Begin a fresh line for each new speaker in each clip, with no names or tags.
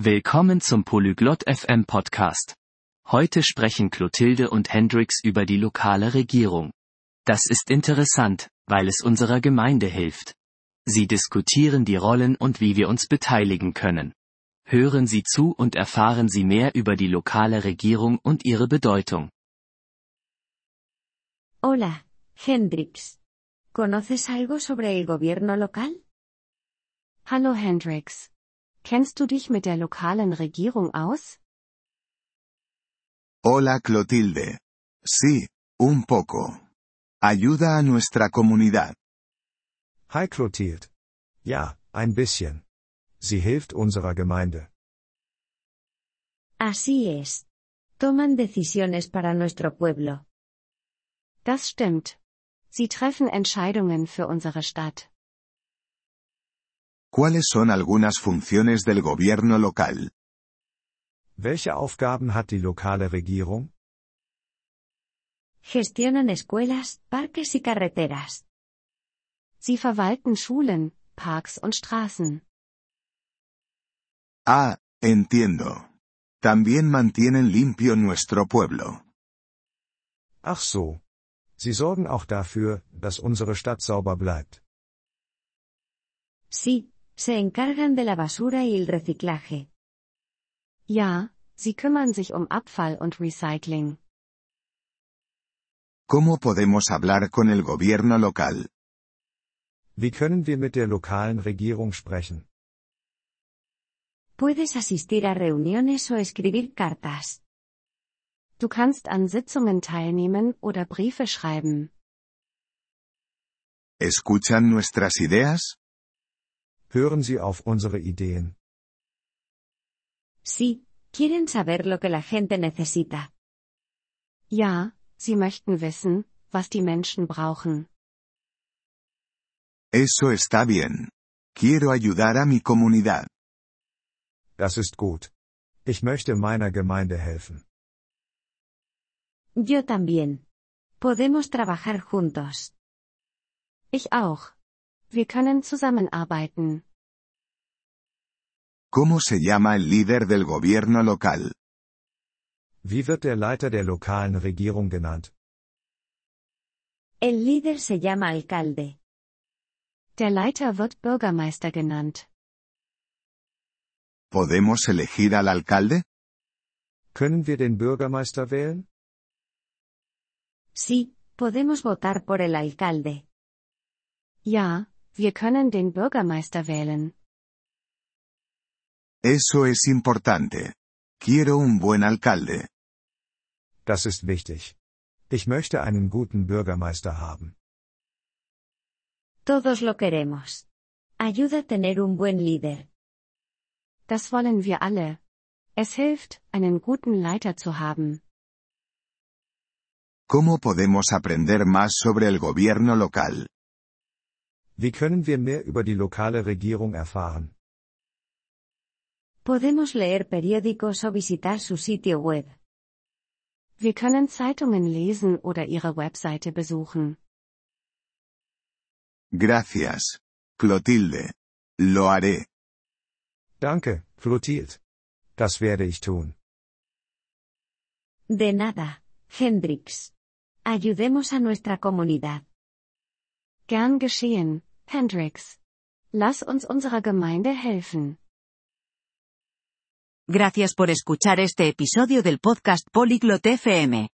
Willkommen zum Polyglot FM Podcast. Heute sprechen Clotilde und Hendrix über die lokale Regierung. Das ist interessant, weil es unserer Gemeinde hilft. Sie diskutieren die Rollen und wie wir uns beteiligen können. Hören Sie zu und erfahren Sie mehr über die lokale Regierung und ihre Bedeutung.
Hola, Hendrix. ¿Conoces algo sobre el gobierno local?
Hallo Hendrix. Kennst du dich mit der lokalen Regierung aus?
Hola Clotilde. Sí, un poco. Ayuda a nuestra comunidad.
Hi Clotilde. Ja, ein bisschen. Sie hilft unserer Gemeinde.
Así es. Toman decisiones para nuestro pueblo.
Das stimmt. Sie treffen Entscheidungen für unsere Stadt.
¿Cuáles son algunas funciones del gobierno local?
Welche Aufgaben hat die lokale Regierung?
Gestionan escuelas, parques y carreteras.
Sie verwalten Schulen, Parks und Straßen.
Ah, entiendo. También mantienen limpio nuestro pueblo.
Ach so. Sie sorgen auch dafür, dass unsere Stadt sauber bleibt.
Sí, se encargan de la basura y el reciclaje.
Ja, sie kümmern sich um Abfall und Recycling.
¿Cómo podemos hablar con el gobierno local?
Wie können wir mit der lokalen Regierung sprechen?
Puedes asistir a reuniones o escribir cartas.
Du kannst an Sitzungen teilnehmen oder Briefe schreiben.
¿Escuchan nuestras ideas?
Hören Sie auf unsere Ideen.
Sí, quieren saber lo que la gente necesita.
Ja, sie möchten wissen, was die Menschen brauchen.
Eso está bien. Quiero ayudar a mi comunidad.
Das ist gut. Ich möchte meiner Gemeinde helfen.
Yo también. Podemos trabajar juntos.
Ich auch. Wir können zusammenarbeiten.
¿Cómo se llama el líder del gobierno local?
Wie wird der Leiter der lokalen Regierung genannt?
El líder se llama alcalde.
Der Leiter wird Bürgermeister genannt.
¿Podemos elegir al alcalde?
Können wir den Bürgermeister wählen?
Sí, podemos votar por el alcalde.
Ja, wir können den Bürgermeister wählen.
Eso es importante. Quiero un buen alcalde.
Das ist wichtig. Ich möchte einen guten Bürgermeister haben.
Todos lo queremos. Ayuda a tener un buen líder.
Das wollen wir alle. Es hilft, einen guten Leiter zu haben.
¿Cómo podemos aprender más sobre el gobierno local?
Wie können wir mehr über die lokale Regierung erfahren?
Podemos leer periódicos o visitar su sitio web.
Wir können Zeitungen lesen oder ihre Webseite besuchen.
Gracias. Clotilde. Lo haré.
Danke, Clotilde. Das werde ich tun.
De nada, Hendrix. Ayudemos a nuestra comunidad.
Gern geschehen, Hendrix. Lass uns unserer Gemeinde helfen.
Gracias por escuchar este episodio del podcast Polyglot FM.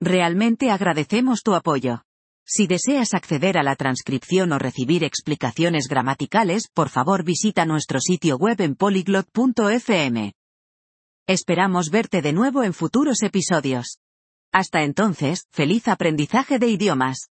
Realmente agradecemos tu apoyo. Si deseas acceder a la transcripción o recibir explicaciones gramaticales, por favor visita nuestro sitio web en polyglot.fm. Esperamos verte de nuevo en futuros episodios. Hasta entonces, feliz aprendizaje de idiomas.